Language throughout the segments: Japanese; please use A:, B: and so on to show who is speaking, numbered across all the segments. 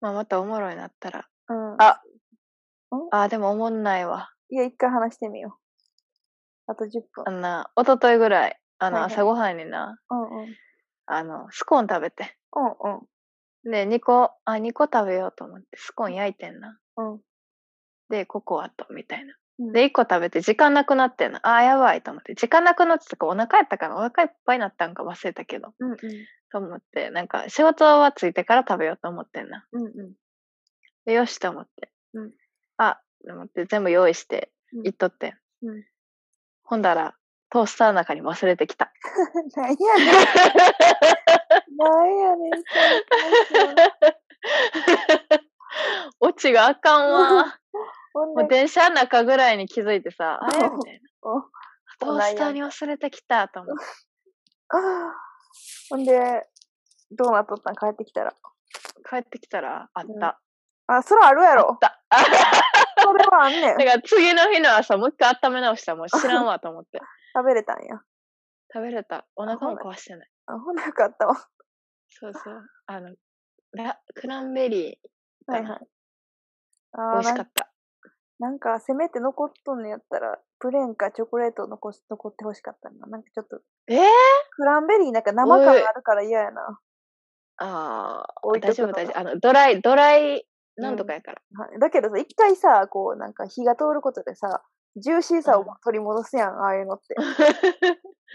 A: ま、またおもろいなったら。
B: うん。
A: あ。
B: ん？
A: ああ、でもおもんないわ。
B: いや、1回話してみよう。あと10分。
A: あんな、一昨日ぐらい、あ
B: はい
A: の、
B: はい。
A: 朝ごはんにな
B: うんうん。
A: あの、スコーン食べて。
B: うんうん。
A: で、2個、あ、2個食べようと思ってスコーン焼いてんな。
B: うん。
A: で、ココアとみたいな。
B: うん。
A: で、1個食べて時間なくなってんな。ああ、やばいと思って。時間なくなってたか、お腹やったかな、お腹いっぱいなったんか忘れたけど。
B: うんうん。
A: と思って、なんか仕事はついてから食べようと思ってんな。
B: う んうん。
A: で、よしと思って。
B: うん。
A: あ、と思って全部用意して
B: うん。
A: 行っとってん。
B: うん。
A: ほんだら、トースター中に忘れてきた。
B: なんやねん。なんやねん、その話 は。
A: オチがあかん わ。
B: ほん
A: もう
B: で
A: 電車ん中ぐらいに気づいて さ、あれ？みたいな。
B: おお、
A: トー
B: おな
A: ス
B: ん
A: ター
B: や
A: に
B: か。
A: 忘れてきたと思って。
B: ほんで、どうなっとったん、帰ってきたら。
A: 帰ってきたらあっ
B: うん。
A: た。
B: あ、そらあるや
A: あっ
B: ろ。
A: た。
B: それはあんね
A: だ
B: ん。
A: から次の日の朝、もう1回あっため直したらもう知らんわと思って。
B: 食べれたんや。
A: 食べれた。お
B: あ、
A: 腹
B: ほ
A: も
B: な
A: 壊してない。
B: あ、ほなよかったわ。
A: そうそう。あの、ラクランベリー
B: は
A: か
B: いは
A: な。
B: い。
A: 美
B: ああ、
A: 味しか
B: なん
A: った。
B: なんかせめて残っとんのやったら、プレーンかチョコレート残し残って欲しかったな。なんかちょっと、
A: ええ！
B: クランベリーなんか生
A: お
B: 感
A: い。
B: あるから嫌やな。
A: あ
B: 置
A: あ、
B: いと
A: 大丈夫
B: くの
A: 大丈
B: が。
A: 夫。あの、ドライドライ
B: う
A: なんと
B: ん。
A: かやから。
B: はい。だけどさ、1回さ、こうなんか火が通ることでさ、ジューシー
A: う
B: さを
A: ん。
B: 取り戻すやん、ああいうのって。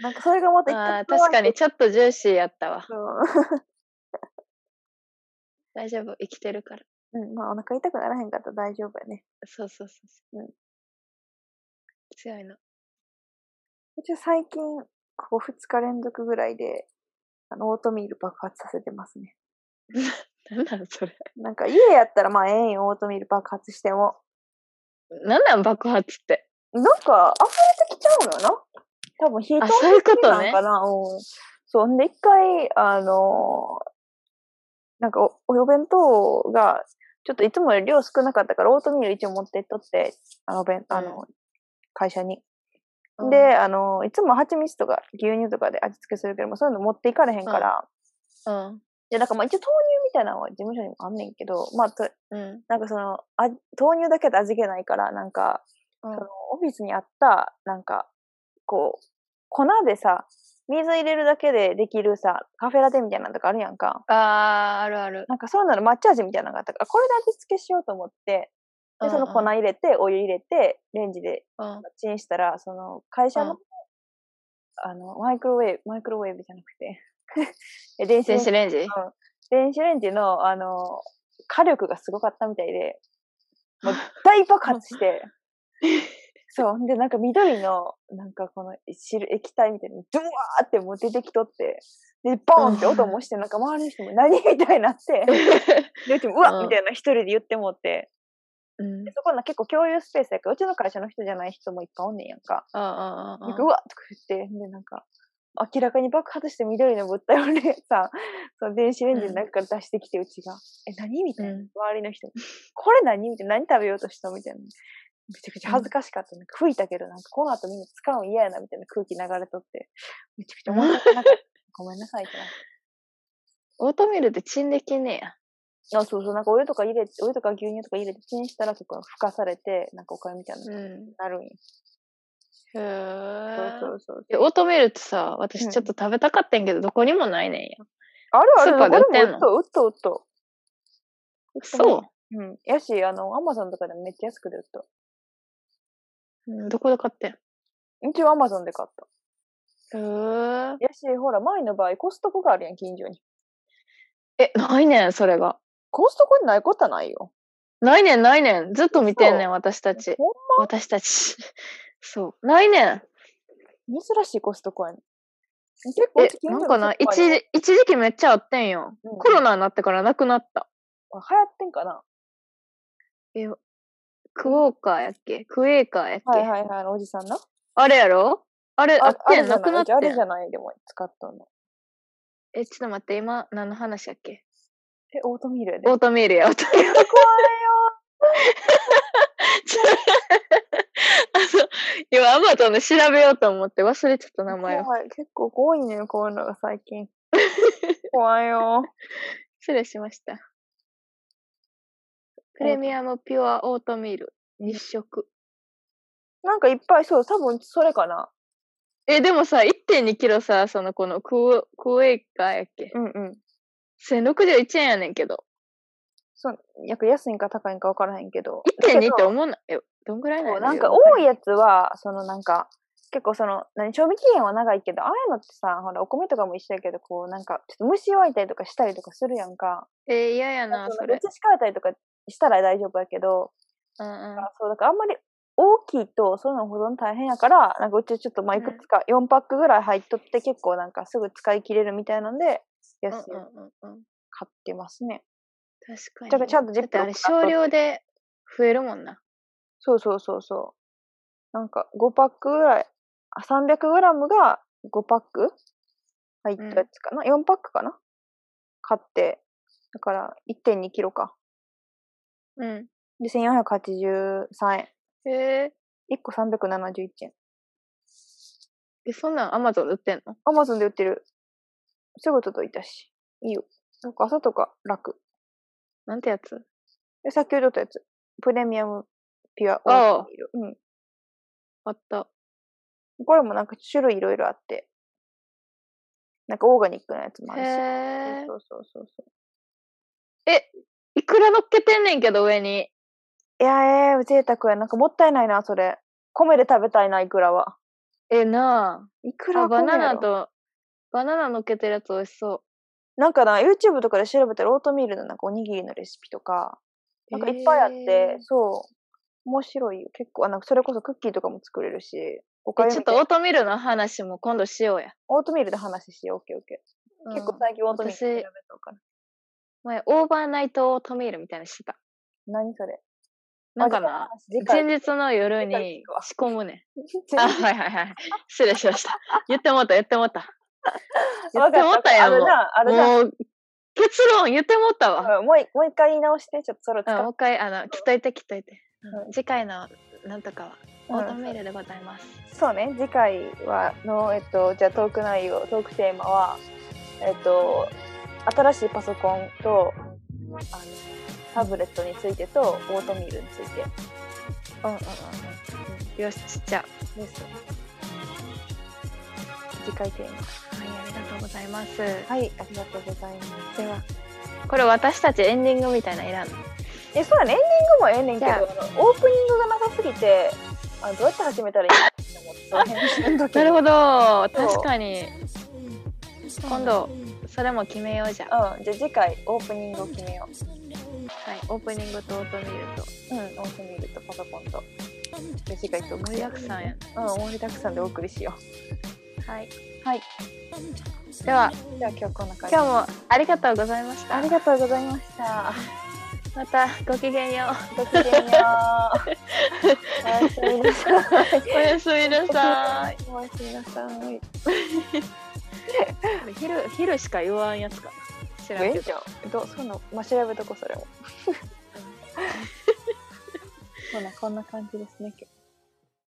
B: なんかそれがまた1回
A: ああ、
B: 加わ
A: 確
B: っ
A: かに
B: て
A: ちょっとジューシーやったわ。
B: そう。
A: 大丈夫、生きてるから。
B: うん、まあ、お腹痛くならへんかったら大丈夫やね。
A: そうそうそうそう。
B: うん。
A: 強いの。
B: うちは最近、ここ2日連続ぐらいで、あの、オートミール爆発させてますね。
A: なんなんそれ。
B: なんか家やったらまあええんよ、オートミール爆発しても。
A: なんなん爆発って。
B: なんか、溢れてきちゃうのよな。多分火
A: あ、
B: 通り
A: そういうこ
B: すぎ
A: と
B: なんか
A: ね。
B: な。うん。そう、んで1回、あのなんかお、お弁当が、ちょっといつもより量少なかったから、オートミール一応持ってっとって、あの、お弁
A: う
B: あ
A: ん。
B: の、会社に。
A: うん。
B: で、あの、いつも蜂蜜とか牛乳とかで味付けするけども、そういうの持っていかれへん
A: う
B: か
A: ん。
B: ら、
A: うん。
B: で、なんかまあ一応豆乳みたいなのは事務所にもあんねんけど、まあ、と
A: うん。
B: なんかその、あ豆乳だけで味気ないから、なんか、
A: う
B: その
A: ん。
B: オフィスにあった、なんか、こう、粉でさ、水入れるだけでできるさ、カフェラテみたいなのとかあるやんか。
A: ああ、あるある。
B: なんかそういうのの抹茶味みたいなのがあったから、これで味付けしようと思って、
A: う
B: で、そ
A: ん
B: の粉
A: うん。
B: 入れて、お湯入れて、レンジで
A: うん。
B: チンしたら、その、会
A: う
B: 社の
A: ん。
B: あの、マイクロウェーブ、マイクロウェーブじゃなくて え、電子
A: 電
B: レ
A: 子レン
B: ンジ、
A: ジ？
B: うん。電子レンジの、あの、火力がすごかったみたいで、もう大爆発して、 そう、で、なんか緑の、なんかこの汁、液体みたいに、ドゥワーってもう出てきとって、で、ボーンって音もして、なんか周りの人も何みたいになって、 で、うちもうわっみ
A: う
B: た
A: ん。
B: いな一人で言ってもって、
A: う
B: で、
A: ん。
B: そこな結構共有スペースやから、うちの会社の人じゃない人もいっぱいおんねんやんか。
A: うんうん
B: なん
A: うんう。
B: か、うんわっとか言って、で、なんか、明らかに爆発して緑の物体を ね、さ、その電子レ
A: う
B: ンジの
A: ん。
B: 中から出してきて、うちが、え、何み
A: う
B: たいな。
A: ん。
B: 周りの人に。これ何みたいな。何食べようとしたみたいな。めちゃくちゃ
A: う
B: 恥ず
A: ん。
B: かしかった。なんか吹いたけど、なんかこの後みんな使うん嫌やな、みたいな空気流れとって。めちゃくちゃ申し訳なかった。ごめんなさいってなって。
A: オートミールってチンできんねや。
B: あ、そうそう、なんかお湯とか入れて、お湯とか牛乳とか入れてチンしたら結構ふかされて、なんかお粥みたいなの
A: う
B: に
A: ん。
B: なるんよ。
A: へ
B: そう
A: え。
B: そうそう
A: え、
B: そ
A: オートミールってさ、
B: う。
A: 私
B: う
A: ちょっ
B: ん。
A: と食べたかってんけど、どこにもないねんや。
B: あるあ
A: スー
B: る、
A: パ
B: ど
A: ーで
B: こ
A: 売っ
B: で
A: てん
B: も売っ
A: の
B: とう、売っとう、売っとう。売ってます。
A: そう。
B: うん。やし、あの、アマゾンとかでもめっちゃ安くで売っと
A: うん、どこで買ってん？
B: う。一応アマゾンで買った。
A: へえ。
B: やし、ほら、前の場合、コストコがあるやん、近所に。
A: え、ないねん、それが。
B: コストコにないことはないよ。
A: ないねん、ないねん。ずっと見てんねん、
B: 嘘。
A: 私たち。
B: ほん
A: 私たち。 そう。ないねん。
B: ま珍しいコストコやねん。結構、う
A: え、
B: ち近
A: なん
B: 所の
A: かな、
B: スーパー
A: 一
B: にも。
A: 時、一時期めっちゃあってんよ。
B: う
A: コ
B: ん
A: ロ
B: うん。
A: ナになってからなくなった。
B: あ流行ってんかな
A: え、ク
B: うん。
A: ォーカーやっけクエーカーやっ
B: はい
A: け
B: はいはい、おじさんな。
A: あれやろあれ、あ
B: あ、
A: っ
B: あ
A: て
B: れ
A: ん、
B: じゃ
A: な
B: な
A: く
B: い。う
A: なっ
B: ちあ
A: て
B: れじ
A: ん。
B: ゃない、でも、使ったの。
A: え、ちょっと待って、今、何の話やっけ
B: え、オートミールや
A: オー
B: で。
A: トミールや、オー ト
B: い
A: ミ
B: や、
A: ール。
B: 怖いよ。
A: ちょあの、今、アマゾンで調べようと思って忘れちゃった名前を。
B: 怖い。結構多いね、こういうのが最近。 怖いよ。
A: 失礼しました。プレミアムピュアオートミール、日食。
B: なんかいっぱい、そう、多分それかな。
A: え、でもさ、1.2キロさ、その、このクオ、クオエイカーやっけ
B: うんうん。
A: ?1061 円やねんけど。
B: そう、やっぱ安いんか高いんか分からへんけど。だけ
A: 1.2
B: ど
A: って思うな、え、どんぐらいな
B: そ
A: の
B: うなんか多い
A: や
B: やつは、そのなんか、結構その、何、賞味期限は長いけど、ああいうのってさ、ほら、お米とかも一緒やけど、こう、なんか、ちょっと虫湧いたりとかしたりとかするやんか。
A: えー嫌やな、
B: そ
A: そ
B: の移
A: れ
B: し。替えたりとかしたら大丈夫やけど、
A: うんうん。
B: あそう、だからあんまり大きいと、そういうの保存大変やから、なんかうちちょっとまあいくつか、4パックぐらい入っとって、結構なんかすぐ使い切れるみたいなんで、
A: うん
B: 安いの
A: うんうんうん。
B: 買ってますね。
A: 確かに。
B: だからちゃんとジ
A: だ
B: ッ
A: っ
B: プ
A: て
B: ロ
A: あ
B: ッ
A: れ
B: ク買
A: 少
B: っとって
A: 量で増えるもんな。
B: そうそうそうそう。なんか5パックぐらい、あ、300グラムが5パック入ったやつかな、?4 パックかな買って、だから1.2キロか。
A: うん。
B: で、1483円。
A: へえ
B: 1個371円。
A: え、そんなんアマゾンで売ってんの
B: アマゾンで売ってる。すぐ届いたし。いいよ。なんか朝とか楽。
A: なんてやつ
B: で、さっき言っとったやつ。プレミアムピュアオ
A: あ
B: ートミール。うん。
A: あった。
B: これもなんか種類いろいろあって。なんかオーガニックなやつもあるし。
A: へえ。
B: そうそうそうそう。
A: いくら乗っけてんねんけど、上に。
B: いやえー、贅沢や。なんかもったいないな、それ。米で食べたいな、いくらは。
A: え、なあ。
B: いくら
A: あ
B: は米
A: バ
B: やろ
A: ナナと、バナナ乗っけてるやつ美味しそ
B: なんかな、YouTube とかで調べたらオートミールのなんかおにぎりのレシピとか、
A: う。
B: なんかいっぱいあって、
A: え
B: そう。面白いよ。結構、あなんかそれこそクッキーとかも作れるし、おか
A: ーえ
B: ゆ
A: ちょっ
B: み
A: と
B: たい
A: オ
B: な
A: ートミールの話も今度しようや。
B: オートミールで話しよう、オッケーオッケー。結構
A: うん
B: 最近オートミール調べ
A: 私
B: とうかな。
A: 前、オーバーナイトオートミールみたいなのしてた。
B: 何それ
A: なんかな、
B: あじゃあ
A: 前
B: 話
A: 日の夜
B: 次回
A: に
B: 聞くわ
A: 仕込む ねん。
B: 次
A: あ、
B: 回
A: はいはいはい。失礼しました。言ってもうた、言ってもうた。言
B: わ
A: っても
B: か
A: う
B: った
A: たや
B: あ
A: ん。
B: れ
A: も
B: じゃん、あれじゃん。
A: う、結論言ってもうたわ。
B: うんもういもう一回言い直して、ちょっとそれを使
A: うん、もう
B: っ
A: 一回、あの、きっといて、きっといて。
B: う
A: 次回の、なんとかは、
B: うん
A: オートミールでございます。
B: そうね次回はの、えっと、じゃあトーク内容トークテーマは、えっと、新しいパソコンとあのタブレットについてとオートミールについて
A: うんうんうんうん。よし、じゃあ、
B: です次回テ
A: は
B: ー
A: い、ありがとうございます。
B: マはいありがとうございます
A: では、これ私たちエンディングみたいなのいらんの
B: えそうやねエンディングもええねんけど
A: じゃ
B: あのオープニングがなさすぎてあのどうやって始めたらいいかって思ってそ の辺にしんどけ
A: なる
B: ど
A: ほど、
B: そう
A: 確かに。今度、それも決めようじゃん。は
B: うんじゃあ次回オープニングを決めよ
A: い、オープニングとオートミールと
B: ううんオートミールとパソコンとじゃあ次回と
A: 盛りだくさんや
B: うん、盛りだくさんでお送りしよ
A: な。はい、
C: では
B: う。じゃあ今日こんな感じ。
A: 今日もありがとうございました。
B: ありがとうございました。
A: またごきげんよ
B: ごきげんよう。おやすみなさい。
A: う。おやすみなさ い。
B: おやすみなさい。
A: 昼、昼しか言わんやつか。知らん
B: え
A: けど。
B: いじゃん。どう、そうの、まあ、調 べとこそれも。ほな、こんな感じですね。今日